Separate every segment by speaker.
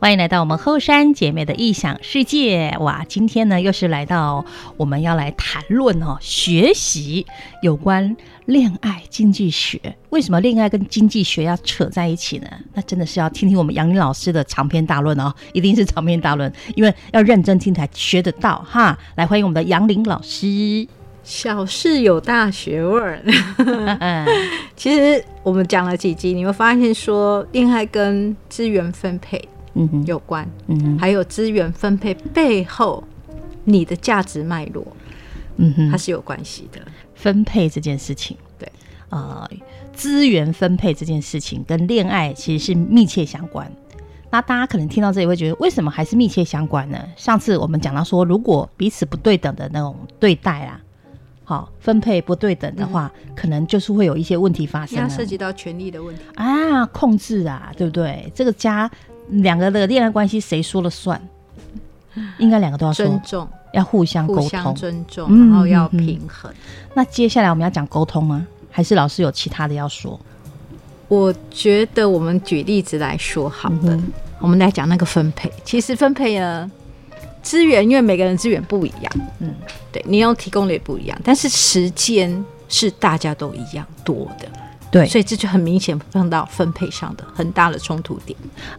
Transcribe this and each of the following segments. Speaker 1: 欢迎来到我们后山姐妹的异想世界。哇，今天呢又是来到我们要来谈论哦，学习有关恋爱经济学。为什么恋爱跟经济学要扯在一起呢？那真的是要听听我们杨林老师的长篇大论哦，一定是长篇大论，因为要认真听才学得到哈。来，欢迎我们的杨林老师。
Speaker 2: 小事有大学问儿。 其实我们讲了几集，你会发现说，恋爱跟资源分配
Speaker 1: 嗯哼，
Speaker 2: 有关，
Speaker 1: 嗯哼，
Speaker 2: 还有资源分配背后你的价值脉络，
Speaker 1: 嗯哼
Speaker 2: 它。是有关系的。
Speaker 1: 分配这件事情，
Speaker 2: 对，
Speaker 1: 呃，资源分配这件事情跟恋爱其实是密切相关。那大家可能听到这里会觉得，为什么还是密切相关呢？上次我们讲到说，如果彼此不对等的那种对待啦，好、分配不对等的话，可能就是会有一些问题发
Speaker 2: 因
Speaker 1: 生
Speaker 2: 为它
Speaker 1: 了。
Speaker 2: 涉及到权嗯力的问题，
Speaker 1: 啊，控制啊，对不对？这个家两个的恋爱关系谁说了算？应该两个都要
Speaker 2: 尊
Speaker 1: 说，
Speaker 2: 重、
Speaker 1: 要互相
Speaker 2: 互
Speaker 1: 沟
Speaker 2: 相
Speaker 1: 通。
Speaker 2: 尊重，
Speaker 1: 嗯
Speaker 2: 然后要
Speaker 1: 嗯嗯
Speaker 2: 平衡。
Speaker 1: 那接下来我们要讲沟通吗？还是老师有其他的要说？
Speaker 2: 我觉得我们举例子来说好了，
Speaker 1: 嗯哼
Speaker 2: 我们来讲那个分配。其实分配呢，资源因为每个人资源不一样，
Speaker 1: 嗯
Speaker 2: 嗯，对，你要提供的也不一样，但是时间是大家都一样多的，
Speaker 1: 对，
Speaker 2: 所以这就很明显碰到分配上的很大的冲突点。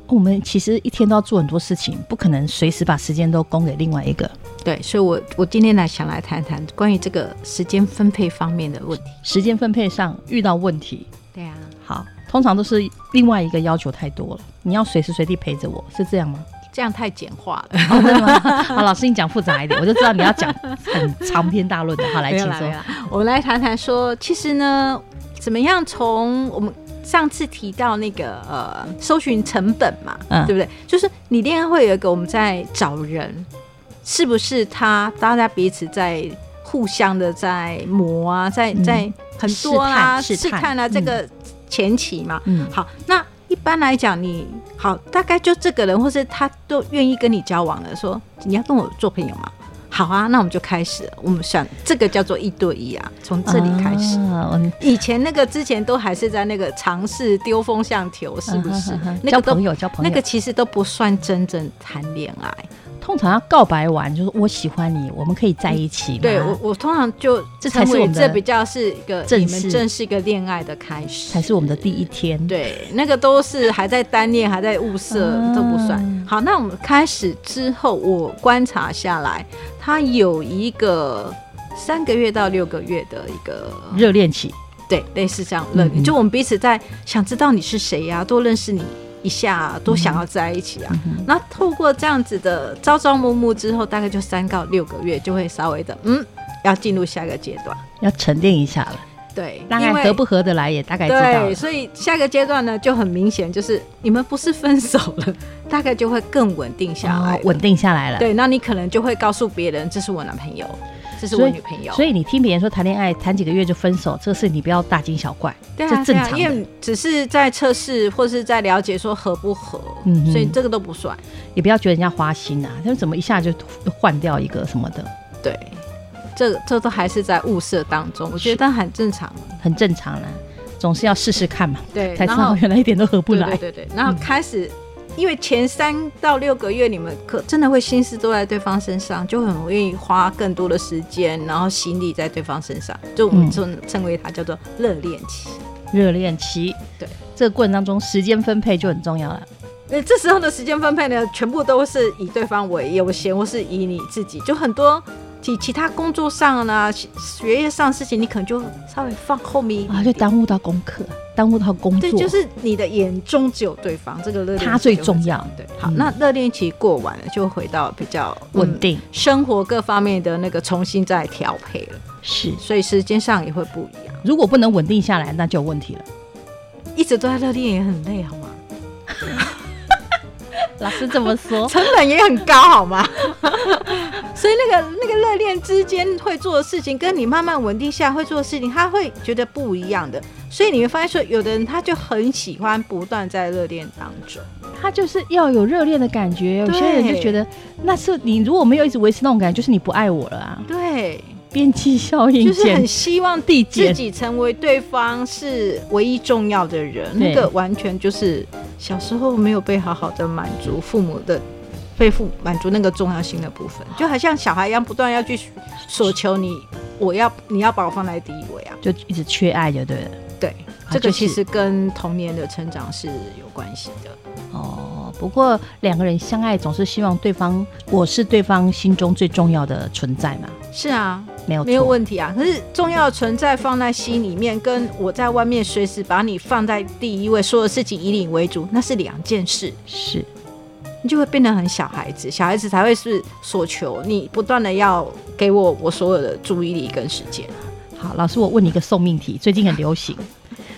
Speaker 1: 我们其实一天都要做很多事情，不可能随时把时间都供给另外一个。
Speaker 2: 对，所以我我今天来想来谈谈关于这个时间分配方面的问题。
Speaker 1: 时间分配上遇到问题，
Speaker 2: 对啊，
Speaker 1: 好，通常都是另外一个要求太多了，你要随时随地陪着我，是这样 吗？
Speaker 2: 这样太简化了。
Speaker 1: 哦，真的吗？好，老师你讲复杂一点，我就知道你要讲很长篇大论的。好，来，
Speaker 2: 没
Speaker 1: 请
Speaker 2: 有啦没有
Speaker 1: 说。
Speaker 2: 啦我们来谈谈说，其实呢，怎么样从我们上次提到那个呃，搜寻成本嘛，
Speaker 1: 嗯
Speaker 2: 对不对？就是你恋爱会有一个我们在找人，是不是他大家彼此在互相的在磨啊，在
Speaker 1: 嗯
Speaker 2: 在很多啊
Speaker 1: 试探试探
Speaker 2: 啊
Speaker 1: 嗯
Speaker 2: 这个前期嘛。
Speaker 1: 嗯
Speaker 2: 好，那一般来讲你，好，大概就这个人，或是他都愿意跟你交往了，说你要跟我做朋友吗？好啊，那我们就开始了。我们想这个叫做一对一啊，从这里开始。
Speaker 1: 啊嗯
Speaker 2: 以前那个之前都还是在那个尝试丢风向球，是不
Speaker 1: 嗯嗯
Speaker 2: 是？
Speaker 1: 嗯嗯
Speaker 2: 那
Speaker 1: 交
Speaker 2: 个都
Speaker 1: 朋友，交朋
Speaker 2: 那
Speaker 1: 友，
Speaker 2: 个其实都不算真正谈恋爱。
Speaker 1: 通常要告白完就是我喜欢你，我们可以在一起吗。
Speaker 2: 对我，我通常就
Speaker 1: 这才是
Speaker 2: 称为
Speaker 1: 我们的
Speaker 2: 这比较是一个
Speaker 1: 正
Speaker 2: 你
Speaker 1: 式
Speaker 2: 们正式一个恋爱的开始，
Speaker 1: 才是我们的第一天。
Speaker 2: 对，那个都是还在单恋，还在物色，
Speaker 1: 啊
Speaker 2: 都不算。好，那我们开始之后，我观察下来，他有一个三个月到六个月的一个，
Speaker 1: 热恋期，
Speaker 2: 对，类似这样的，
Speaker 1: 嗯嗯
Speaker 2: 就我们彼此在想知道你是谁呀、多认识你一下、多想要在一起
Speaker 1: 嗯
Speaker 2: 啊。那透过这样子的朝朝暮暮之后，大概就三到六个月，就会稍微的，嗯，要进入下一个阶段。
Speaker 1: 要沉淀一下了，
Speaker 2: 对，
Speaker 1: 大
Speaker 2: 因
Speaker 1: 概
Speaker 2: 为
Speaker 1: 合不合得来也大概知道了
Speaker 2: 对，。所以下个阶段呢，就很明显，就是你们不是分手了，大概就会更稳定下来
Speaker 1: 哦
Speaker 2: 了，
Speaker 1: 稳、定下来了。
Speaker 2: 对，那你可能就会告诉别人，这是我男朋友，这是我女朋友。
Speaker 1: 所以你听别人说谈恋爱谈几个月就分手，这个事你不要大惊小怪，
Speaker 2: 对
Speaker 1: 这
Speaker 2: 啊，
Speaker 1: 正
Speaker 2: 对
Speaker 1: 常
Speaker 2: 啊，
Speaker 1: 的
Speaker 2: 因为只是在测试或是在了解说合不合，
Speaker 1: 嗯哼
Speaker 2: 所以这个都不算。
Speaker 1: 也不要觉得人家花心啊，他们怎么一下就换掉一个什么的，
Speaker 2: 对，这这都还是在物色当中，我觉得很正常。
Speaker 1: 很正常啦、总是要试试看嘛，
Speaker 2: 对，
Speaker 1: 才知
Speaker 2: 然后
Speaker 1: 道原来一点都合不来。嗯
Speaker 2: 对对对对，然后开始，因为前三到六个月，你们可真的会心思都在对方身上，就很容易花更多的时间，然后心力在对方身上，就我
Speaker 1: 嗯
Speaker 2: 们称称为它叫做热恋期。
Speaker 1: 热恋期，
Speaker 2: 对
Speaker 1: 这个过程当中时间分配就很重要了。
Speaker 2: 那这时候的时间分配呢，全部都是以对方为优先，或是以你自己，就很多。其其他工作上呢，其学业上的事情，你可能就稍微放后面一点
Speaker 1: 啊，就耽误到功课，啊耽误到工作，
Speaker 2: 嗯对，就是你的眼中只有对方，这个热恋期
Speaker 1: 他最
Speaker 2: 就会这样
Speaker 1: 重要
Speaker 2: 对，好，
Speaker 1: 嗯
Speaker 2: 那热恋期过完了，就回到比较
Speaker 1: 稳、
Speaker 2: 嗯
Speaker 1: 定、
Speaker 2: 生活各方面的那个重新再调配了，
Speaker 1: 是。
Speaker 2: 所以时间上也会不一样。
Speaker 1: 如果不能稳定下来，那就有问题了。
Speaker 2: 一直都在热恋也很累，好吗？
Speaker 1: 老师这么说，
Speaker 2: 成本也很高，好吗？ 所以那个那个热恋之间会做的事情，跟你慢慢稳定下会做的事情，他会觉得不一样的。所以你会发现说，有的人他就很喜欢不断在热恋当中。
Speaker 1: 他就是要有热恋的感觉。有
Speaker 2: 对
Speaker 1: 些人就觉得，那是你如果没有一直维持那种感觉，就是你不爱我了 啊。
Speaker 2: 对，
Speaker 1: 边际效应
Speaker 2: 就是
Speaker 1: 减
Speaker 2: 很希望
Speaker 1: 递减
Speaker 2: 自己成为对方是唯一重要的人，
Speaker 1: 对
Speaker 2: 那个完全就是小时候没有被好好的满足父母的。被父满足那个重要性的部分，就好像小孩一样，不断要去索求你，我要你要把我放在第一位啊。
Speaker 1: 就一直缺爱就对了。
Speaker 2: 对，
Speaker 1: 啊
Speaker 2: 这
Speaker 1: 就
Speaker 2: 个
Speaker 1: 是
Speaker 2: 其实跟童年的成长是有关系的。
Speaker 1: 哦，不过两个人相爱总是希望对方，我是对方心中最重要的存在嘛，
Speaker 2: 是啊，
Speaker 1: 没有
Speaker 2: 没有
Speaker 1: 错
Speaker 2: 问题啊。可是重要的存在放在心里面，跟我在外面随时把你放在第一位，所有事情以你为主，那是两件事。
Speaker 1: 是
Speaker 2: 你就会变得很小孩子，小孩子才会是所求，你不断的要给我我所有的注意力跟时间。
Speaker 1: 好，老师，我问你一个送命题，最近很流行。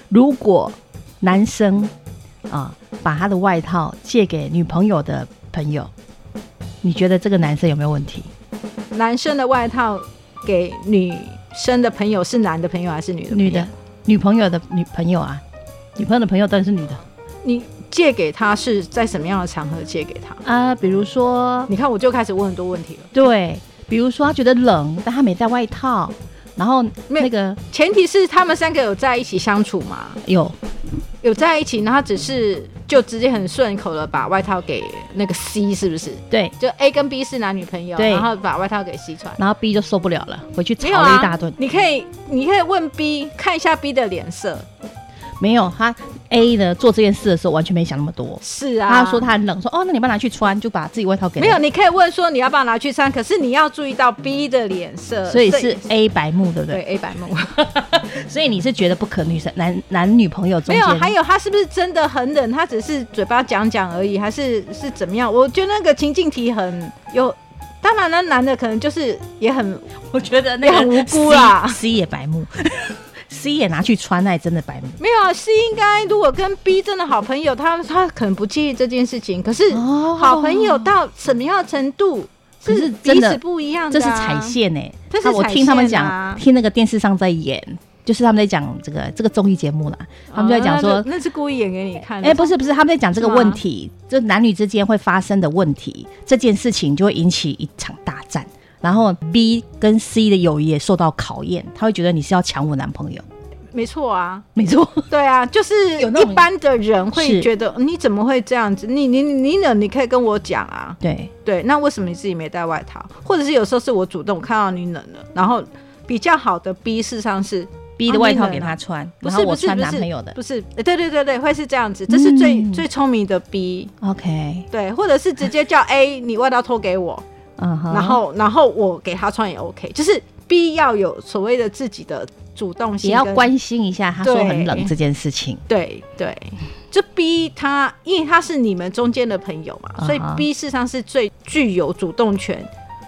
Speaker 1: 如果男生啊、把他的外套借给女朋友的朋友，你觉得这个男生有没有问题？
Speaker 2: 男生的外套给女生的朋友是男的朋友还是女的？
Speaker 1: 女的，女朋友的女朋友啊，女朋友的朋友当然是女的
Speaker 2: 你借给他是在什么样的场合借给他？
Speaker 1: 啊。比如说，
Speaker 2: 你看，我就开始问很多问题了。
Speaker 1: 对，比如说他觉得冷，但他没带外套，然后
Speaker 2: 没有
Speaker 1: 那个
Speaker 2: 前提是他们三个有在一起相处吗？
Speaker 1: 有
Speaker 2: 有在一起，然后只是就直接很顺口的把外套给那个 C，是不是？
Speaker 1: 对，
Speaker 2: 就 A 跟 B 是男女朋友，
Speaker 1: 对
Speaker 2: 然后把外套给 C 穿。
Speaker 1: 然后 B 就受不了了，回去吵
Speaker 2: 没有
Speaker 1: 了
Speaker 2: 啊，
Speaker 1: 一大顿。
Speaker 2: 你可以，你可以问 B 看一下 B 的脸色。
Speaker 1: 没有他 A 呢做这件事的时候完全没想那么多。
Speaker 2: 是啊，
Speaker 1: 他说他很冷，说哦，那你帮他拿去穿，就把自己外套给了
Speaker 2: 没有，你可以问说你要不要拿去穿，可是你要注意到 B 的脸色，
Speaker 1: 所以是 A 白目，对不对？
Speaker 2: 对 A 白梦。
Speaker 1: 所以你是觉得不可女生男男女朋友中
Speaker 2: 没
Speaker 1: 间
Speaker 2: 有，还有他是不是真的很冷？他只是嘴巴讲讲而已，还是是怎么样？我觉得那个情境题很有。当然了，男的可能就是也很
Speaker 1: 我觉得
Speaker 2: 那个很无辜啦
Speaker 1: C, 啊 C 也白目 ，C 也拿去穿，那也真的白目
Speaker 2: 没有啊，是应该如果跟 B 真的好朋友，他他可能不介意这件事情。可是
Speaker 1: 哦
Speaker 2: 好朋友到什么样的程度
Speaker 1: 可是
Speaker 2: 是
Speaker 1: 真
Speaker 2: 彼
Speaker 1: 的
Speaker 2: 此不一样的、
Speaker 1: 这
Speaker 2: 啊，
Speaker 1: 是踩线呢、
Speaker 2: 这是
Speaker 1: 那我
Speaker 2: 踩
Speaker 1: 听他们
Speaker 2: 线
Speaker 1: 讲，
Speaker 2: 啊
Speaker 1: 听那个电视上在演，就是他们在讲这个这个综艺节目啦，
Speaker 2: 哦。
Speaker 1: 他们就在讲说。
Speaker 2: 那是那是故意演给你看的。
Speaker 1: 哎、不是不是，他们在讲这个问题，就男女之间会发生的问题，这件事情就会引起一场大战，然后 B 跟 C 的友谊也受到考验，他会觉得你是要抢我男朋友，
Speaker 2: 没错啊，
Speaker 1: 没错，
Speaker 2: 对啊，就是
Speaker 1: 有那
Speaker 2: 一
Speaker 1: 种
Speaker 2: 般的人
Speaker 1: 是
Speaker 2: 会觉得哦你怎么会这样子？你你你你冷，你可以跟我讲啊。
Speaker 1: 对，
Speaker 2: 对，那为什么你自己没带外套？或者是有时候是我主动看到你冷了，然后比较好的 B 事实上是
Speaker 1: B
Speaker 2: 啊
Speaker 1: 的外
Speaker 2: 你
Speaker 1: 套
Speaker 2: 冷
Speaker 1: 给
Speaker 2: 了
Speaker 1: 他穿，
Speaker 2: 不
Speaker 1: 然
Speaker 2: 是
Speaker 1: 后
Speaker 2: 不
Speaker 1: 我
Speaker 2: 是
Speaker 1: 穿
Speaker 2: 不
Speaker 1: 男
Speaker 2: 是
Speaker 1: 朋友的
Speaker 2: 不是，呃对对对对，会是这样子，这是最、
Speaker 1: 嗯
Speaker 2: 最聪明的 B。
Speaker 1: ，OK，
Speaker 2: 对，或者是直接叫 A，你 外套脱给我，
Speaker 1: 嗯哼，
Speaker 2: 然后然后我给他穿也 OK，就是 B 要有所谓的自己的主动性，
Speaker 1: 也要关心一下他说很冷
Speaker 2: 对
Speaker 1: 这件事情，
Speaker 2: 对对，就 B 他，因为他是你们中间的朋友嘛，
Speaker 1: 啊哈
Speaker 2: 所以 B 事实上是最具有主动权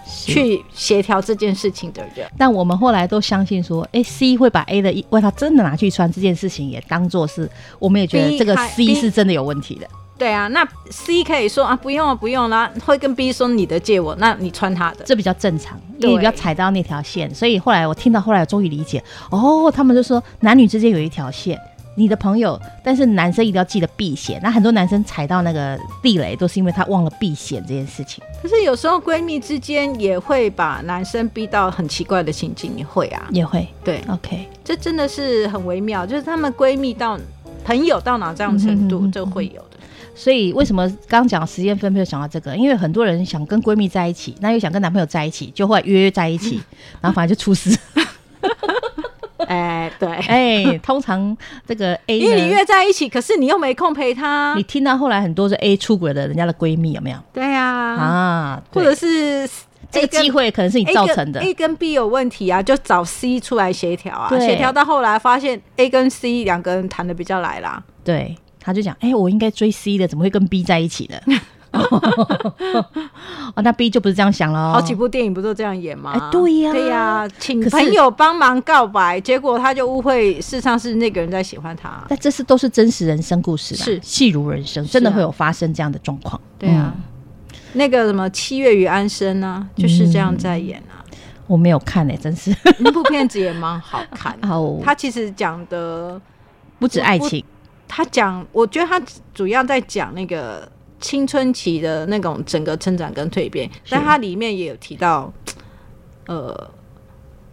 Speaker 1: 是。
Speaker 2: 去协调这件事情的人。
Speaker 1: 但我们后来都相信说，哎、c 会把 A 的衣外套真的拿去穿这件事情，也当做是，我们也觉得
Speaker 2: B
Speaker 1: 这个
Speaker 2: 还
Speaker 1: C
Speaker 2: B
Speaker 1: 是真的有问题的。
Speaker 2: 对啊，那 C 可以说啊，不用了，不用了，会跟 B 说你的借我，那你穿他的。
Speaker 1: 这比较正常，因
Speaker 2: 对
Speaker 1: 为比较踩到那条线，所以后来我听到后来我终于理解，哦，他们就说男女之间有一条线，你的朋友，但是男生一定要记得避嫌。那很多男生踩到那个地雷，都是因为他忘了避嫌这件事情。
Speaker 2: 可是有时候闺蜜之间也会把男生逼到很奇怪的情境，也会啊。
Speaker 1: 也会
Speaker 2: 对，
Speaker 1: ，OK，
Speaker 2: 这真的是很微妙，就是她们闺蜜到朋友到哪这样程
Speaker 1: 嗯哼
Speaker 2: 度，
Speaker 1: 嗯哼
Speaker 2: 就会有的。
Speaker 1: 所以为什么刚刚讲时间分配想到这个？因为很多人想跟闺蜜在一起，那又想跟男朋友在一起，就会约约在一 起，然后反正就出事。
Speaker 2: 哎、对，
Speaker 1: 哎、 通常这个 A
Speaker 2: 因为
Speaker 1: 呢
Speaker 2: 你约在一起，可是你又没空陪她
Speaker 1: 你。听到后来很多是 A 出轨的人家的闺蜜有没有
Speaker 2: 对啊，
Speaker 1: 啊？
Speaker 2: 或
Speaker 1: 对
Speaker 2: 者是
Speaker 1: 这个机会可能是你
Speaker 2: A 跟
Speaker 1: 造成的。
Speaker 2: A 跟 B 有问题啊，就找 C 出来协调啊，
Speaker 1: 对
Speaker 2: 协调到后来发现 A 跟 C 两个人谈的比较来啦。
Speaker 1: 对，他就讲，哎、我应该追 C 的，怎么会跟 B 在一起呢？ 哦，那 B 就不是这样想了，
Speaker 2: 好几。部电影不都这样演吗？
Speaker 1: 哦哎对呀
Speaker 2: 对呀，请
Speaker 1: 可是
Speaker 2: 朋友帮忙告白，结果他就误会，事实上是那个人在喜欢他。
Speaker 1: 但这是都是真实人生故事啦，
Speaker 2: 是
Speaker 1: 戏如人生，真的会有发生这样的状况。
Speaker 2: 对啊，那个什么《七月与安生》呢，就是这样在演
Speaker 1: 嗯
Speaker 2: 啊。
Speaker 1: 我没有看哎、真是
Speaker 2: 那部片子也蛮好看 的，
Speaker 1: 哦，
Speaker 2: 他其实讲的，
Speaker 1: 不止爱情，
Speaker 2: 他讲，我觉得他主要在讲那个青春期的那种整个成长跟蜕变，但他里面也有提到，呃，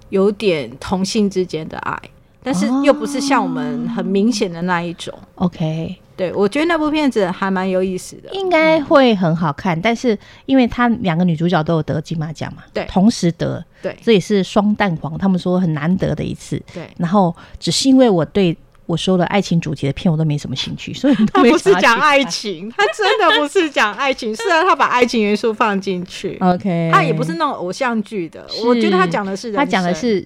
Speaker 2: 有点同性之间的爱，但是又不是像我们很明显的那一种。
Speaker 1: OK，
Speaker 2: 对我觉得那部片子还蛮有意思的。
Speaker 1: 应该会很好看，但是因为她两个女主角都有得金马奖嘛，
Speaker 2: 对
Speaker 1: 同时得，
Speaker 2: 对
Speaker 1: 这也是双蛋黄，他们说很难得的一次。
Speaker 2: 对，
Speaker 1: 然后只是因为我对我说了爱情主题的片我都没什么兴趣，所以
Speaker 2: 他
Speaker 1: 他
Speaker 2: 不是讲爱。情，他真的不是讲爱情，是啊，他把爱情元素放进去。
Speaker 1: OK，
Speaker 2: 他也不是那种偶像剧的，
Speaker 1: 是
Speaker 2: 我觉得他讲的是人生
Speaker 1: 他讲的是、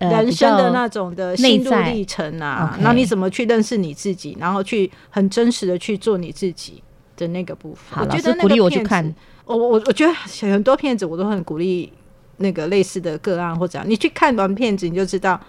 Speaker 1: 呃、
Speaker 2: 人生的那
Speaker 1: 比
Speaker 2: 种的
Speaker 1: 内
Speaker 2: 心路
Speaker 1: 在
Speaker 2: 历程啊，
Speaker 1: OK
Speaker 2: 然后你怎么去认识你自己，然后去很真实的去做你自己的那个部
Speaker 1: 较好
Speaker 2: 分。
Speaker 1: 老
Speaker 2: 觉
Speaker 1: 师
Speaker 2: 得那
Speaker 1: 鼓励
Speaker 2: 个
Speaker 1: 我去
Speaker 2: 片子
Speaker 1: 看，
Speaker 2: 我我我觉得很多片子我都很鼓励那个类似的个案或者你去看完片子你就知道。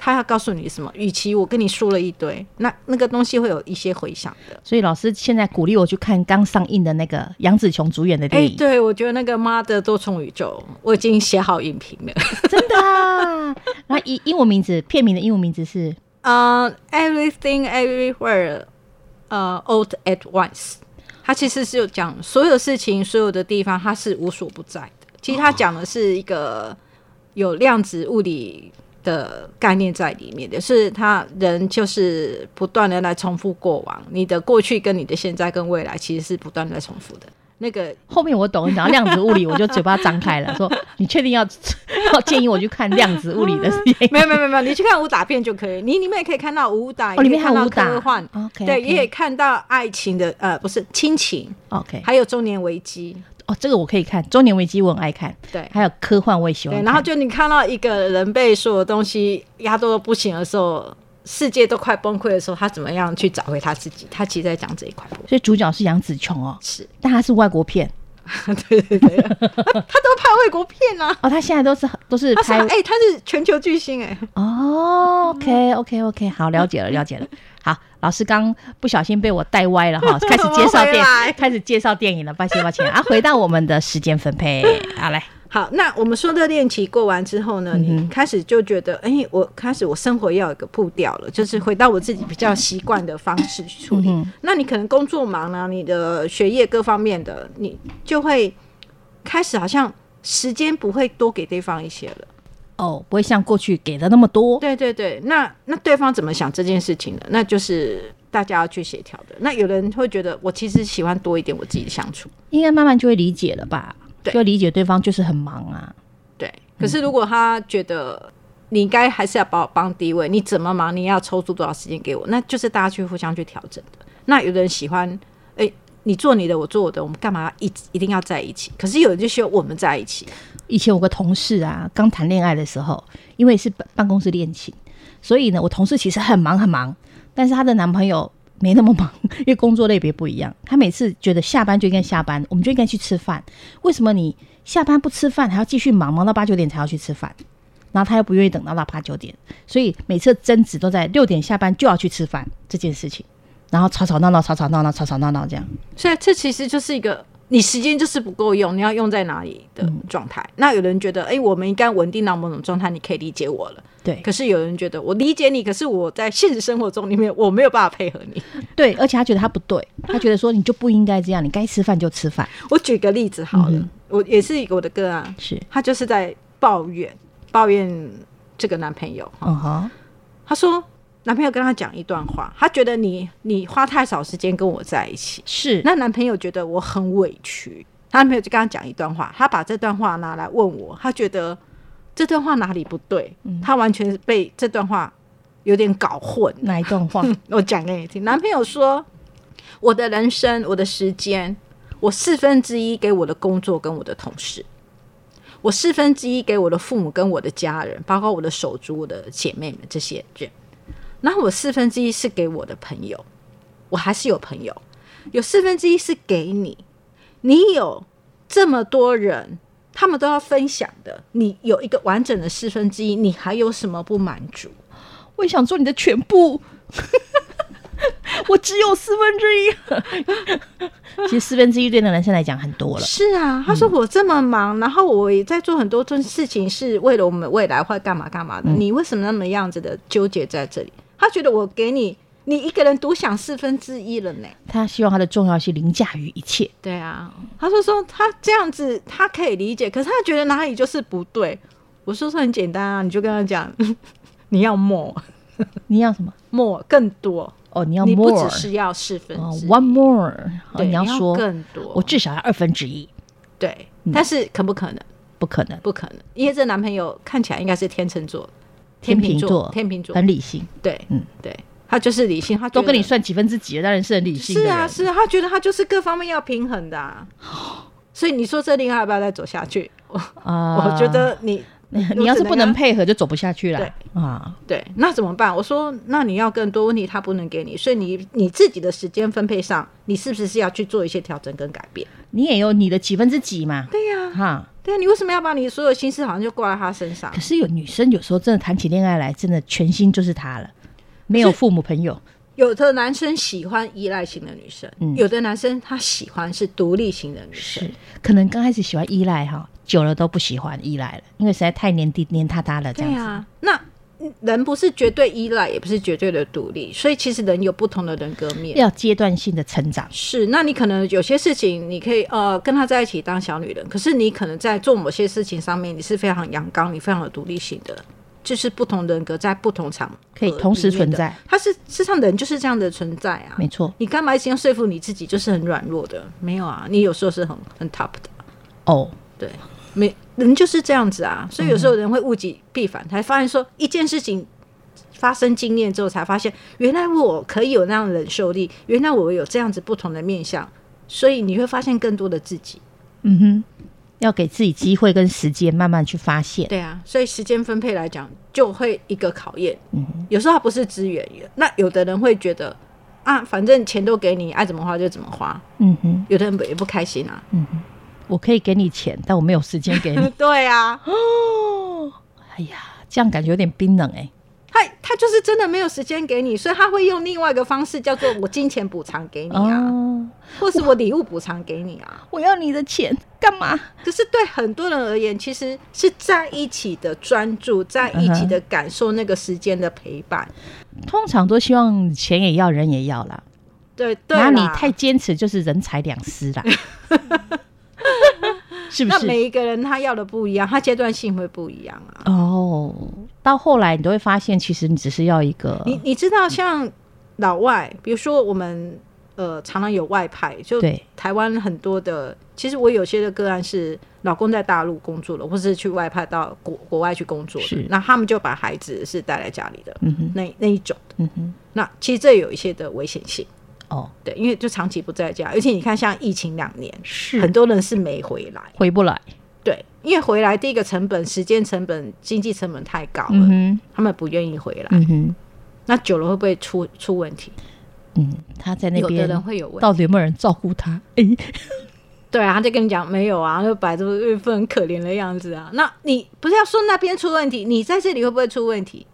Speaker 2: 他要告诉你什么？与其我跟你说了一堆，那那个东西会有一些回响的。
Speaker 1: 所以老师现在鼓励我去看刚上映的那个杨紫琼主演的
Speaker 2: 哎、
Speaker 1: 电影，
Speaker 2: 对，我觉得那个《妈的多重宇宙》，我已经写好影评了。
Speaker 1: 真的啊。然后英英文名字片名的英文名字是
Speaker 2: 呃、e v e r y t h i n g everywhere，呃、a l l at once，它其实是有讲所有事情、所有的地方，它是无所不在的。其
Speaker 1: 哦
Speaker 2: 实它讲的是一个有量子物理的概念在里面的，是它人就是不断的来重复过往，你的过去跟你的现在跟未来其实是不断的重复的。那个
Speaker 1: 后面我懂，你讲到量子物理，我就嘴巴张开了， 说你确定要要建议我去看量子物理的电影？
Speaker 2: 没有没有没有没有，你去看武打片就可以，你里面也可以看到武打，
Speaker 1: 哦，里
Speaker 2: 也可
Speaker 1: 面
Speaker 2: 以
Speaker 1: 还
Speaker 2: 看
Speaker 1: 有
Speaker 2: 到
Speaker 1: 武打
Speaker 2: 科幻，
Speaker 1: ，OK，
Speaker 2: 对，也可以看到爱情的，呃，不是亲情，
Speaker 1: OK，
Speaker 2: 还有中年危机，
Speaker 1: 哦，这个我可以看，中年危机我很爱看，
Speaker 2: 对
Speaker 1: 还有科幻我也喜欢看，
Speaker 2: 对，然后就你看到一个人被所有东西压到不行的时候，世界都快崩溃的时候，他怎么样去找回他自己？他其实在讲这一块部分。
Speaker 1: 所以主角是杨紫琼哦，
Speaker 2: 是，
Speaker 1: 但她是外国片
Speaker 2: 对对对，他他都拍外国片啊，
Speaker 1: 哦，她现在都是都是
Speaker 2: 他是
Speaker 1: 拍
Speaker 2: 哎、他是全球巨星哎、
Speaker 1: 哦，OK OK OK，好，了 解了，了解了。好，老师刚不小心被我带歪 了哈，开始介绍
Speaker 2: 我们回
Speaker 1: 电
Speaker 2: 来，
Speaker 1: 开始介绍电影了，抱歉抱歉啊。回到我们的时间分配，好 来，
Speaker 2: 好，那我们说热恋期过完之后呢，你开始就觉得，哎、我开始我生活要有一个步调了，就是回到我自己比较习惯的方式去处理。那你可能工作忙啊，你的学业各方面的，你就会开始好像时间不会多给对方一些了。
Speaker 1: 哦，不会像过去给的那么多，
Speaker 2: 对对对，那那对方怎么想这件事情呢？那就是大家要去协调的。那有人会觉得，我其实喜欢多一点我自己的相处。
Speaker 1: 应该慢慢就会理解了吧？
Speaker 2: 对
Speaker 1: 就会理解对方就是很忙啊。
Speaker 2: 对，可是如果他觉得你应该还是要把我帮第一位，你怎么忙，你要抽出多少时间给我，那就是大家去互相去调整的。那有的人喜欢，哎、你做你的，我做我的，我们干嘛一直一定要在一起？可是有人就希望我们在一起，
Speaker 1: 以前有个同事啊，刚谈恋爱的时候，因为是办办公室恋情，所以呢，我同事其实很忙很忙，但是她的男朋友没那么忙， 因为工作类别不一样。她每次觉得下班就应该下班，我们就应该去吃饭。为什么你下班不吃饭，还要继续忙，忙到八九点才要去吃饭？然后她又不愿意等到到八九点，所以每次争执都在六点下班就要去吃饭这件事情，然后吵吵闹闹，吵吵闹闹，吵吵闹闹这样。
Speaker 2: 所以这其实就是一个你时间就是不够用，你要用在哪里的状态。那有人觉得，哎、我们应该稳定到某种状态，你可以理解我了。
Speaker 1: 对
Speaker 2: 可是有人觉得我理解你，可是我在现实生活中里面我没有办法配合你。
Speaker 1: 对，而且她觉得她不对，她觉得说你就不应该这样，你该吃饭就吃饭，
Speaker 2: 我举个例子好了，我也是一个我的个案，
Speaker 1: 是，
Speaker 2: 她就是在抱怨抱怨这个男朋友。
Speaker 1: 嗯哼。
Speaker 2: 她说，男朋友跟她讲一段话，她觉得你你花太少时间跟我在一起，
Speaker 1: 是，
Speaker 2: 那男朋友觉得我很委屈，她男朋友就跟她讲一段话，她把这段话拿来问我，她觉得这段话哪里不对，她完全被这段话有点搞混了。
Speaker 1: 哪一段话？
Speaker 2: 我讲给你听，男朋友说，我的人生，我的时间，我四分之一给我的工作跟我的同事，我四分之一给我的父母跟我的家人，包括我的手足、我的姐妹们这些人，然后我四分之一是给我的朋友，我还是有朋友，有四分之一是给你，你有这么多人。他们都要分享的，你有一个完整的四分之一，你还有什么不满足？
Speaker 1: 我想做你的全部， 我只有四分之一。其 实四分之一对那男生来讲很多了，嗯
Speaker 2: 是啊，他说我这么忙，然后我也在做很多件事情，是为了我们未来或干嘛干嘛
Speaker 1: 嗯
Speaker 2: 的。你为什么那么样子的纠结在这里？他觉得我给你，你一个人独享四分之一了呢。
Speaker 1: 他希望他的重要性凌驾于一切。
Speaker 2: 对啊，他说说他这样子，他可以理解，可是他觉得 哪里就是不对。我说说很简单啊，你就跟他讲，你要摸，
Speaker 1: 你要什么？
Speaker 2: more 更多，
Speaker 1: 哦，你要
Speaker 2: 你不
Speaker 1: more，
Speaker 2: 只是要四分
Speaker 1: 哦
Speaker 2: 之一
Speaker 1: ，one more，哦
Speaker 2: 对，
Speaker 1: 你要说，
Speaker 2: 更多，
Speaker 1: 我嗯至少要二分之一，
Speaker 2: 对，但是可不可能？
Speaker 1: 不可能。
Speaker 2: 不可能，因为这男朋友看起来应该是天秤座，
Speaker 1: 天秤
Speaker 2: 秤
Speaker 1: 座
Speaker 2: 天秤座，
Speaker 1: 很理性，
Speaker 2: 对，
Speaker 1: 嗯
Speaker 2: 嗯，对，他就是理性，他觉
Speaker 1: 都
Speaker 2: 得
Speaker 1: 跟你算几分之几了，当然是很理性的
Speaker 2: 是
Speaker 1: 人。
Speaker 2: 啊，是啊，他觉得他就是各方面要平衡的、啊，所以你说这恋爱要不要再走下去？我、
Speaker 1: 啊
Speaker 2: 我觉得你
Speaker 1: 你要是不能配合，就走不下去了
Speaker 2: 啊对。
Speaker 1: 啊，
Speaker 2: 对，那怎么办？我说那你要更多问题，他不能给你，所以你你自己的时间分配上，你是不是要去做一些调整跟改变？
Speaker 1: 你也有你的几分之几嘛，
Speaker 2: 对啊呀、
Speaker 1: 哈。
Speaker 2: 对呀、你为什么要把你所有心思好像就挂在他身上
Speaker 1: 可？是有女生有时候真的谈起恋爱来，真的全心就是他了，没有父母朋友。
Speaker 2: 有的男生喜欢依赖型的女生，
Speaker 1: 嗯
Speaker 2: 有的男生他喜欢是独立型的女生
Speaker 1: 是。，可能刚开始喜欢依赖哈，久了都不喜欢依赖了，因为实在太黏滴黏他他了，这
Speaker 2: 对
Speaker 1: 样子。
Speaker 2: 啊，那人不是绝对依赖，也不是绝对的独立，所以其实人有不同的人格面。
Speaker 1: 要阶段性的成长，
Speaker 2: 是，那你可能有些事情，你可以呃跟他在一起当小女人，可是你可能在做某些事情上面，你是非常阳刚，你非常有独立性的，就是不同人格在不同场合
Speaker 1: 可以同时存在
Speaker 2: 里面的。它是事实上人就是这样的存在啊。
Speaker 1: 没错。
Speaker 2: 你干嘛一直要说服你自己就是很软弱的？没有啊，你有时候是很很 top 的。
Speaker 1: 哦，
Speaker 2: 对，没人就是这样子啊，所以有时候人会物极必反，才发现说一件事情发生经验之后，才发现原来我可以有那样的忍受力，原来我有这样子不同的面相，所以你会发现更多的自己。
Speaker 1: 嗯哼，要给自己机会跟时间慢慢去发现。
Speaker 2: 对啊，所以时间分配来讲，就会一个考验。有时候它不是资源，那有的人会觉得啊，反正钱都给你，爱怎么花就怎么花，
Speaker 1: 嗯哼，
Speaker 2: 有的人也不开心啊。。
Speaker 1: 我可以给你钱，但我没有时间给你
Speaker 2: 对啊，
Speaker 1: 哦，哎呀，这样感觉有点冰冷哎、
Speaker 2: 他他就是真的没有时间给你，所以他会用另外一个方式，叫做我金钱补偿给你啊，
Speaker 1: 哦，
Speaker 2: 或是我礼物补偿给你啊。
Speaker 1: 我要你的钱干嘛？
Speaker 2: 可是对很多人而言，其实是在一起的专注，在一起的感受那个时间的陪伴。
Speaker 1: 通常都希望钱也要，人也要啦。
Speaker 2: 对对
Speaker 1: 那
Speaker 2: 啦，
Speaker 1: 你太坚持，就是人财两失 啦，是不
Speaker 2: 那
Speaker 1: 是？
Speaker 2: 每一个人他要的不一样，他阶段性会不一样啊。
Speaker 1: 哦，到后来你都会发现，其实你只是要一个
Speaker 2: 你你知道，像老外，比如说我们呃，常常有外派，就
Speaker 1: 对
Speaker 2: 台湾很多的，其实我有些的个案是老公在大陆工作了，或是去外派到国国外去工作
Speaker 1: 是
Speaker 2: 的，那他们就把孩子是带来家里的，
Speaker 1: 嗯哼，
Speaker 2: 那那一种的。
Speaker 1: 嗯哼，
Speaker 2: 那其实这有一些的危险性，
Speaker 1: 哦，
Speaker 2: 对，因为就长期不在家，而且你看，像疫情两年，很
Speaker 1: 是
Speaker 2: 多人是没回来，
Speaker 1: 回不来，
Speaker 2: 对，因为回来第一个成本、时间成本、经济成本太高了，
Speaker 1: 嗯
Speaker 2: 他们不愿意回来，
Speaker 1: 哼，嗯哼，
Speaker 2: 那久了会不会出出问题？
Speaker 1: 嗯，他在那
Speaker 2: 有的
Speaker 1: 边
Speaker 2: 人会有问题，
Speaker 1: 到底有没有人照顾他？哎，
Speaker 2: 对啊，他就跟你讲没有啊，就摆着一副很可怜的样子啊。那你不是要说那边出问题，你在这里会不会出问题？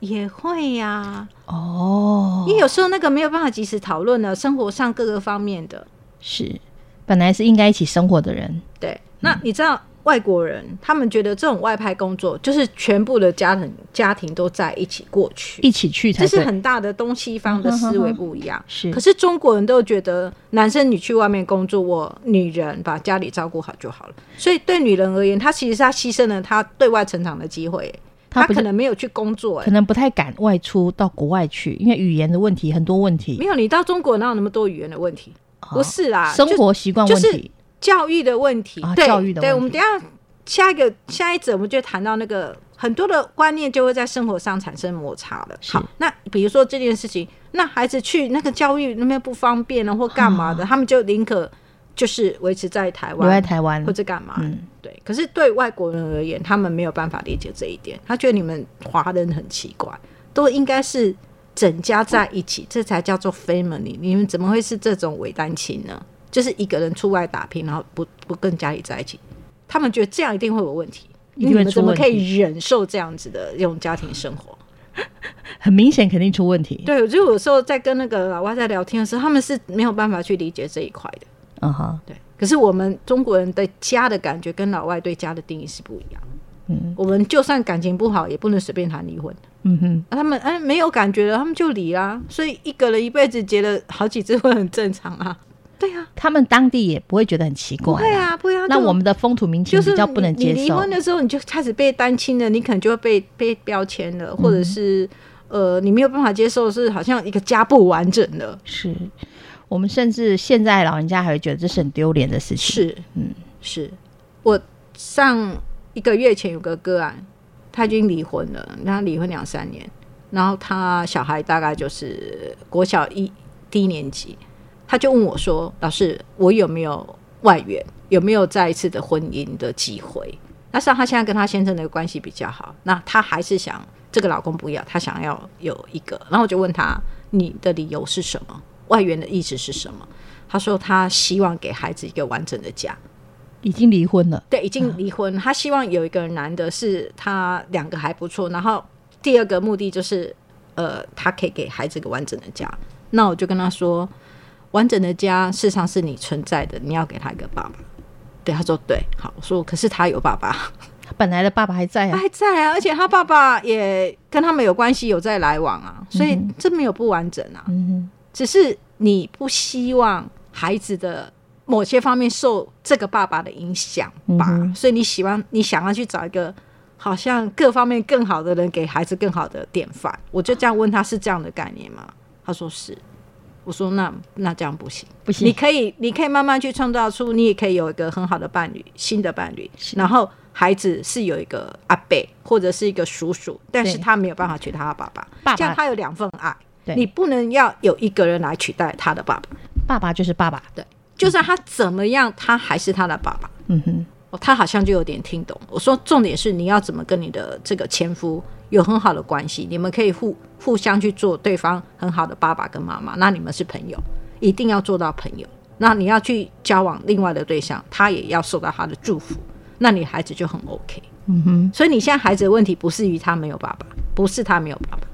Speaker 2: 也会呀、
Speaker 1: 哦
Speaker 2: 因为有时候那个没有办法及时讨论的，生活上各个方面的。
Speaker 1: 是，本来是应该一起生活的人，
Speaker 2: 对，那你知道外国人他们觉得这种外派工作就是全部的家庭家庭都在一起过去，
Speaker 1: 一起去才
Speaker 2: 这是
Speaker 1: 对。嗯
Speaker 2: 很大的东西方的思维不一样。
Speaker 1: 是
Speaker 2: 可是中国人都觉得男生你去外面工作，我女人把家里照顾好就好了。所以对女人而言，她其实她牺牲了她对外成长的机会，
Speaker 1: 她
Speaker 2: 她
Speaker 1: 不是
Speaker 2: 可能没有去工作、
Speaker 1: 可
Speaker 2: 欸。
Speaker 1: 能不太敢外出到国外去，因为语言的问题，很多问题
Speaker 2: 没，有，你到中国哪有那么多语言的问题？不是啦，
Speaker 1: 哦生
Speaker 2: 啊就
Speaker 1: 活习惯问
Speaker 2: 就
Speaker 1: 题
Speaker 2: 是。教育的问题，
Speaker 1: 啊
Speaker 2: 对
Speaker 1: 教育的问
Speaker 2: 对，
Speaker 1: 题
Speaker 2: 我们等一下下一个下一则，我们就谈到那个很多的观念就会在生活上产生摩擦了。
Speaker 1: 是
Speaker 2: 好，那比如说这件事情，那孩子去那个教育那边不方便了或干嘛
Speaker 1: 啊
Speaker 2: 的，他们就宁可就是维持在台
Speaker 1: 留在
Speaker 2: 湾
Speaker 1: 台湾
Speaker 2: 或，者干嘛。
Speaker 1: 嗯
Speaker 2: 对，可是对外国人而言，他们没有办法理解这一点，他觉得你们华人很奇怪，都应该是整家在一起，这才叫做 family。你们怎么会是这种伪单亲呢？就是一个人出外打拼，然后不不跟家里在一起，他们觉得这样一定会有问题。
Speaker 1: 一
Speaker 2: 你
Speaker 1: 定会
Speaker 2: 们
Speaker 1: 出
Speaker 2: 怎么
Speaker 1: 问
Speaker 2: 可
Speaker 1: 题，
Speaker 2: 以忍受这样子的这种家庭生活？
Speaker 1: 很明显肯定出问题。
Speaker 2: 对，我就有时候在跟那个老外在聊天的时候，他们是没有办法去理解这一块的。
Speaker 1: 嗯哈，
Speaker 2: 对，可是我们中国人对家的感觉跟老外对家的定义是不一样。
Speaker 1: 嗯，
Speaker 2: 我们就算感情不好，也不能随便谈离婚。
Speaker 1: 嗯哼，
Speaker 2: 啊、他们哎没有感觉了，他们就离啦。所以一个人一辈子结了好几次婚很正常啊。对啊，
Speaker 1: 他们当地也不会觉得很奇
Speaker 2: 不
Speaker 1: 怪
Speaker 2: 会
Speaker 1: 啦。
Speaker 2: 啊，不会啊。
Speaker 1: 那
Speaker 2: 就
Speaker 1: 我们的风土民情
Speaker 2: 就是
Speaker 1: 比较不能
Speaker 2: 你
Speaker 1: 接
Speaker 2: 你离
Speaker 1: 受嗯
Speaker 2: 婚，的时候，你就开始被单亲了，你可能就会被被标签了，或者是、呃，你没有办法接受是好像一个家不完整的，
Speaker 1: 是我们甚至现在老人家还会觉得这是很丢脸的事情。
Speaker 2: 是，
Speaker 1: 嗯
Speaker 2: 嗯，是我上一个月前有个个案，他已经离婚了，他离婚两三年，然后他小孩大概就是国小一低年级，他就问我说：“老师，我有没有外援？有没有再一次的婚姻的机会？”那像他现在跟他先生的关系比较好，那他还是想这个老公不要，他想要有一个。然后我就问他：“你的理由是什么？外援的意思是什么？”他说他希望给孩子一个完整的家。
Speaker 1: 已经离婚了，
Speaker 2: 对，已经离婚，他希望有一个男的是他两个还不错，然后第二个目的就是，呃，他可以给孩子一个完整的家。那我就跟他说，完整的家事实上是你存在的，你要给他一个爸爸。对，他说对，好，我说可是他有爸爸，
Speaker 1: 他本来的爸爸还在
Speaker 2: 他
Speaker 1: 啊。
Speaker 2: 还在啊，而且他爸爸也跟他们有关系，有在来往啊，所以这没有不完整啊。
Speaker 1: 嗯
Speaker 2: 只是你不希望孩子的某些方面受这个爸爸的影响吧，
Speaker 1: 嗯哼
Speaker 2: 所以你喜欢你想要去找一个好像各方面更好的人，给孩子更好的典范。我就这样问他是这样的概念吗？他说是。我说那那这样不行，
Speaker 1: 不行
Speaker 2: 你可以你可以慢慢去创造出，你也可以有一个很好的伴侣，新的伴侣，然后孩子是有一个阿伯或者是一个叔叔，但是
Speaker 1: 对
Speaker 2: 他没有办法娶他的爸爸，
Speaker 1: 爸爸
Speaker 2: 这样他有两份爱。
Speaker 1: 对
Speaker 2: 你不能要有一个人来取代他的爸爸，
Speaker 1: 哼，爸爸就是爸爸。
Speaker 2: 对，就算他怎么样，他还是他的爸爸。
Speaker 1: 嗯哼，
Speaker 2: 哦，他好像就有点听懂。我说，重点是你要怎么跟你的这个前夫有很好的关系，你们可以互互相去做对方很好的爸爸跟妈妈，那你们是朋友，一定要做到朋友。那你要去交往另外的对象，他也要受到他的祝福，那你孩子就很 OK。
Speaker 1: 嗯哼，
Speaker 2: 所以你现在孩子的问题不是于他没有爸爸，不是他没有爸爸，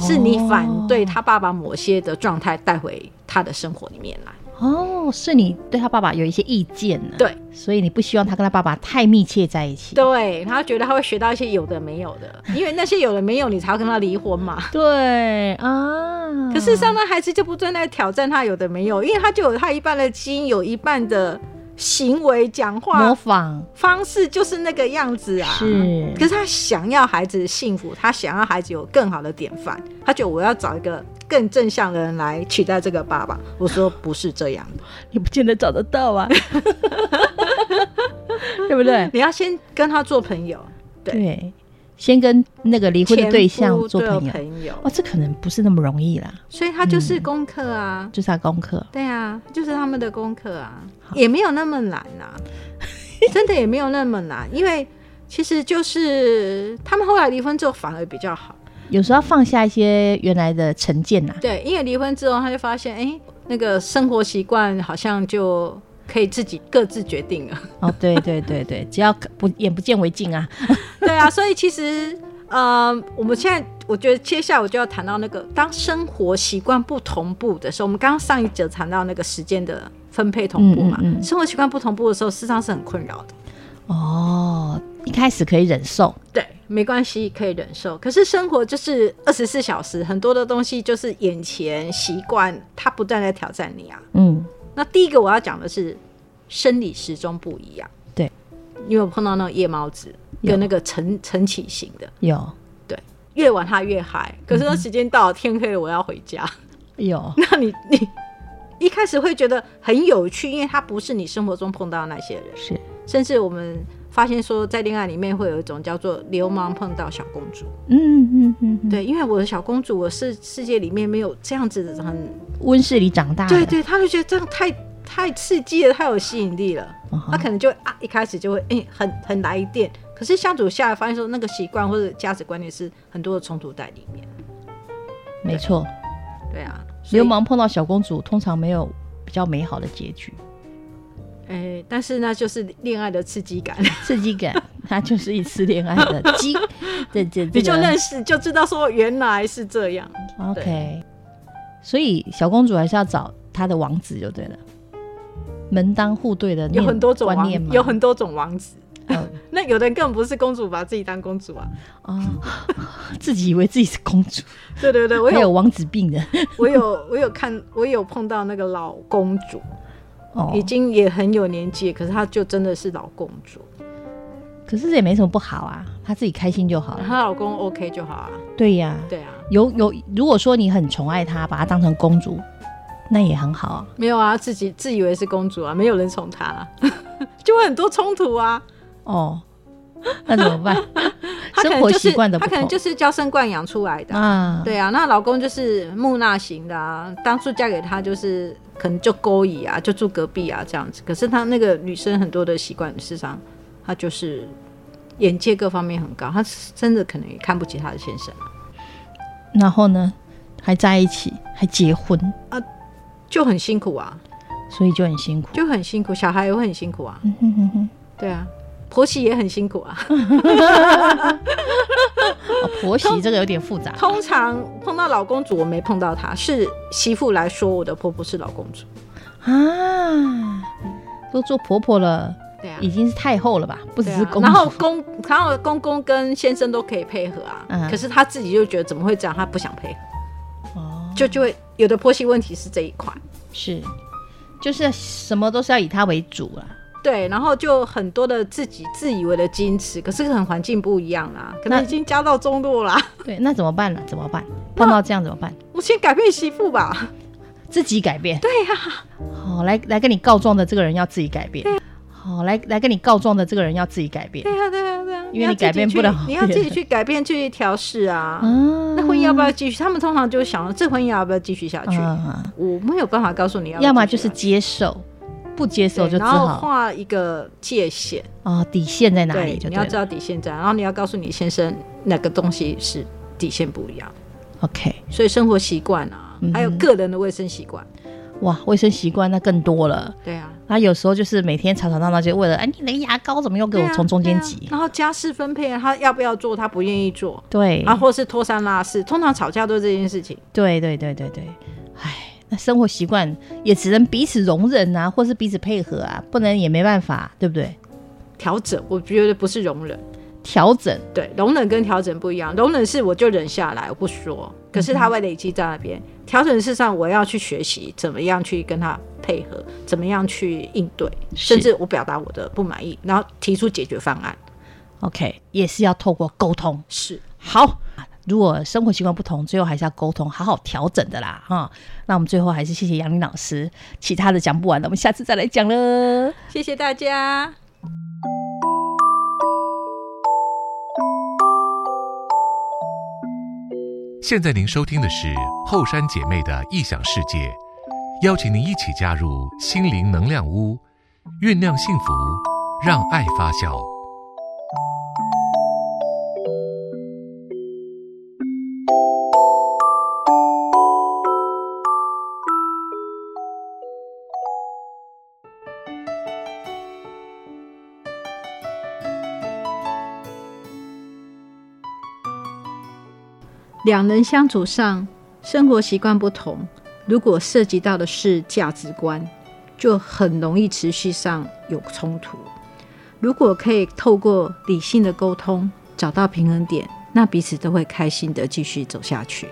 Speaker 2: 是你反对他爸爸某些的状态带回他的生活里面来。
Speaker 1: 哦，是你对他爸爸有一些意见呢、
Speaker 2: 对，
Speaker 1: 所以你不希望他跟他爸爸太密切在一起。
Speaker 2: 对，然后觉得他会学到一些有的没有的，因为那些有的没有，你才要跟他离婚嘛。
Speaker 1: 对啊，
Speaker 2: 可事实上，那孩子就不断在挑战他有的没有，因为他就有他一半的基因，有一半的行为、讲
Speaker 1: 模
Speaker 2: 话
Speaker 1: 仿
Speaker 2: 方式就是那个样子啊。
Speaker 1: 是
Speaker 2: 可是他想要孩子幸福，他想要孩子有更好的典范，他觉得我要找一个更正向的人来取代这个爸爸。我说不是这样的，
Speaker 1: 你不见得找得到 啊，对不对？
Speaker 2: 你要先跟他做朋友，对
Speaker 1: 对，先跟那个离婚的对
Speaker 2: 前
Speaker 1: 象
Speaker 2: 夫
Speaker 1: 做
Speaker 2: 对
Speaker 1: 朋友，
Speaker 2: 朋友，
Speaker 1: 哦，这可能不是那么容易啦，
Speaker 2: 所以他就是
Speaker 1: 嗯
Speaker 2: 功课啊。
Speaker 1: 就是他功课。
Speaker 2: 对啊，就是他们的功课啊，也没有那么难啊， 真的也没有那么难，因为其实就是他们后来离婚之后反而比较好。
Speaker 1: 有时候要放下一些原来的成见啊 呐、
Speaker 2: 对，因为离婚之后他就发现，哎、那个生活习惯好像就可以自己各自决定了。
Speaker 1: 哦，对对对对，只要不眼不见为净啊。
Speaker 2: 对啊，所以其实，呃，我们现在我觉得接下来我就要谈到那个，当生活习惯不同步的时候，我们刚刚上一节谈到那个时间的分配同步嘛，
Speaker 1: 嗯嗯嗯
Speaker 2: 生活习惯不同步的时候，事实上是很困扰的。
Speaker 1: 哦，一开始可以忍受，
Speaker 2: 对，没关系，可以忍受。可是生活就是二十四小时，很多的东西就是眼前习惯，它不断在挑战你啊。
Speaker 1: 嗯，
Speaker 2: 那第一个我要讲的是生理时钟不一样。
Speaker 1: 对，
Speaker 2: 你有碰到那种夜猫子
Speaker 1: 有
Speaker 2: 跟那个晨晨起型的，
Speaker 1: 有
Speaker 2: 对，越晚它越嗨。可是那时间到了，天黑了，我要回家。
Speaker 1: 嗯有，
Speaker 2: 那你你一开始会觉得很有趣，因为它不是你生活中碰到的那些人，
Speaker 1: 是
Speaker 2: 甚至我们发现说，在恋爱里面会有一种叫做流氓碰到小公主。
Speaker 1: 嗯嗯嗯，嗯，
Speaker 2: 对，因为我的小公主，我是世界里面没有这样子的很，
Speaker 1: 温室里长大的，
Speaker 2: 对对，她就觉得这样太太刺激了，太有吸引力了，
Speaker 1: 嗯哼
Speaker 2: 她可能就会啊一开始就会哎、很很来一电，可是相处下来发现说那个习惯或者价值观念是很多的冲突在里面，
Speaker 1: 没错，
Speaker 2: 对啊，所以
Speaker 1: 流，氓碰到小公主，通常没有比较美好的结局，
Speaker 2: 哎、但是那就是恋爱的刺激感，
Speaker 1: 刺激感，它就是一次恋爱的激，这这
Speaker 2: 你就认
Speaker 1: 识
Speaker 2: 识就知道说原来是这样，
Speaker 1: ，OK，所以小公主还是要找她的王子就对了，门当户对的
Speaker 2: 有
Speaker 1: 念
Speaker 2: 很多种
Speaker 1: 观
Speaker 2: 王
Speaker 1: 念，嘛，
Speaker 2: 有很多种王子，
Speaker 1: 哦
Speaker 2: 那有的人根本不是公主，把自己当公主啊，
Speaker 1: 哦， 自己以为自己是公 主，
Speaker 2: 对对对，我
Speaker 1: 还
Speaker 2: 有
Speaker 1: 有王子病的，
Speaker 2: 我有我有看，我有碰到那个老公主，
Speaker 1: 哦
Speaker 2: 已经也很有年纪，可是她就真的是老公主。
Speaker 1: 可是这也没什么不好啊，他自己开心就好了。
Speaker 2: 她老公 OK 就好啊。
Speaker 1: 对呀、
Speaker 2: 对啊，
Speaker 1: 有有，如果说你很宠爱她，把她当成公主，那也很好啊。
Speaker 2: 没有啊，自己自以为是公主啊，没 有人宠她、就会很多冲突啊。
Speaker 1: 哦，那怎 么办？
Speaker 2: 她可
Speaker 1: 生
Speaker 2: 能
Speaker 1: 活
Speaker 2: 就是
Speaker 1: 习惯的不
Speaker 2: 她可能
Speaker 1: 同
Speaker 2: 就是娇生惯养出来的啊、
Speaker 1: 啊，
Speaker 2: 对啊，那老公就是木讷型的啊，当初嫁给他就是可能就勾引啊，就住隔壁啊这样子。可是她那个女生很多的习惯，事实上她就是眼界各方面很高，她真的可能也看不起她的先生。啊
Speaker 1: 然后呢，还在一起，还结婚，
Speaker 2: 就很辛苦啊，
Speaker 1: 所以就很辛 苦。
Speaker 2: 就很辛苦，小孩也会很辛苦啊，
Speaker 1: 嗯哼哼哼
Speaker 2: 对啊，婆媳也很辛苦啊。
Speaker 1: 哦婆媳这个有点复杂。
Speaker 2: 通常碰到老公主，我没碰到她，是媳妇来说我的婆婆是老公主。
Speaker 1: 啊，都做婆婆了，
Speaker 2: 对啊
Speaker 1: 已。经是太后了吧？不只
Speaker 2: 对
Speaker 1: 是
Speaker 2: 啊
Speaker 1: 公主。
Speaker 2: 然后公，然后公公跟先生都可以配合啊，
Speaker 1: 嗯
Speaker 2: 可是她自己就觉得怎么会这样，她不想配合，
Speaker 1: 哦，
Speaker 2: 就就会有的婆媳问题是这一块，
Speaker 1: 是，就是什么都是要以她为主啊啦。
Speaker 2: 对，然后就很多的自己自以为的矜持，可是可能环境不一样啊啦，可
Speaker 1: 那
Speaker 2: 能已经家道中落啦，
Speaker 1: 对，那怎么办呢？怎么办？碰到这样怎么办？
Speaker 2: 我先改变媳妇吧，
Speaker 1: 自己改变。
Speaker 2: 对呀、
Speaker 1: 好、来来跟你告状的这个人要自己改变。好、来来跟你告状的这个人要自己改变。
Speaker 2: 对呀、啊对呀、对呀、
Speaker 1: 因为
Speaker 2: 要
Speaker 1: 你改变
Speaker 2: 自己
Speaker 1: 不了
Speaker 2: 去你要自
Speaker 1: 别
Speaker 2: 己
Speaker 1: 人
Speaker 2: 去改变去调试啊。
Speaker 1: 啊
Speaker 2: 那婚姻要不要继续？他们通常就想这婚姻要不要继续下去？
Speaker 1: 啊，
Speaker 2: 我没有办法告诉你要不要继续
Speaker 1: 要么就
Speaker 2: 下去，
Speaker 1: 是接受，不接受
Speaker 2: 对
Speaker 1: 就只
Speaker 2: 然后
Speaker 1: 好
Speaker 2: 画一个界限，
Speaker 1: 啊、底线在哪里就
Speaker 2: 你
Speaker 1: 对
Speaker 2: 要
Speaker 1: 了。
Speaker 2: 知道底线在哪，然后你要告诉你先生哪个东西是底线不一样，
Speaker 1: OK，
Speaker 2: 所以生活习惯啊，
Speaker 1: 嗯哼
Speaker 2: 还有个人的卫生习惯，
Speaker 1: 哇，卫生习惯那更多了。
Speaker 2: 对啊，
Speaker 1: 他有时候就是每天吵吵闹闹，就为了哎，你的牙膏怎么又给
Speaker 2: 对
Speaker 1: 我
Speaker 2: 啊
Speaker 1: 从中间
Speaker 2: 对
Speaker 1: 挤
Speaker 2: 啊？然后家事分配啊，他要不要做，他不愿意做，
Speaker 1: 对
Speaker 2: 啊，或是拖三拉四，通常吵架都是这件事情，
Speaker 1: 对对对对对，哎，那生活习惯也只能彼此容忍啊，或是彼此配合啊，不能也没办法，对不对？
Speaker 2: 调整，我觉得不是容忍。
Speaker 1: 调整
Speaker 2: 对，容忍跟调整不一样。容忍是我就忍下来，我不说，可是他会累积在那边。调整事实上我要去学习怎么样去跟他配合，怎么样去应对，
Speaker 1: 是
Speaker 2: 甚至我表达我的不满意，然后提出解决方案。
Speaker 1: OK，也是要透过沟通。
Speaker 2: 是，
Speaker 1: 好，如果生活习惯不同，最后还是要沟通，好好调整的啦哈。那我们最后还是谢谢杨林老师，其他的讲不完了，我们下次再来讲了。
Speaker 2: 谢谢大家。
Speaker 3: 现在您收听的是后山姐妹的异想世界，邀请您一起加入心灵能量屋，酝酿幸福，让爱发酵。
Speaker 2: 两人相处上，生活习惯不同，如果涉及到的是价值观，就很容易持续上有冲突。如果可以透过理性的沟通找到平衡点，那彼此都会开心的继续走下去。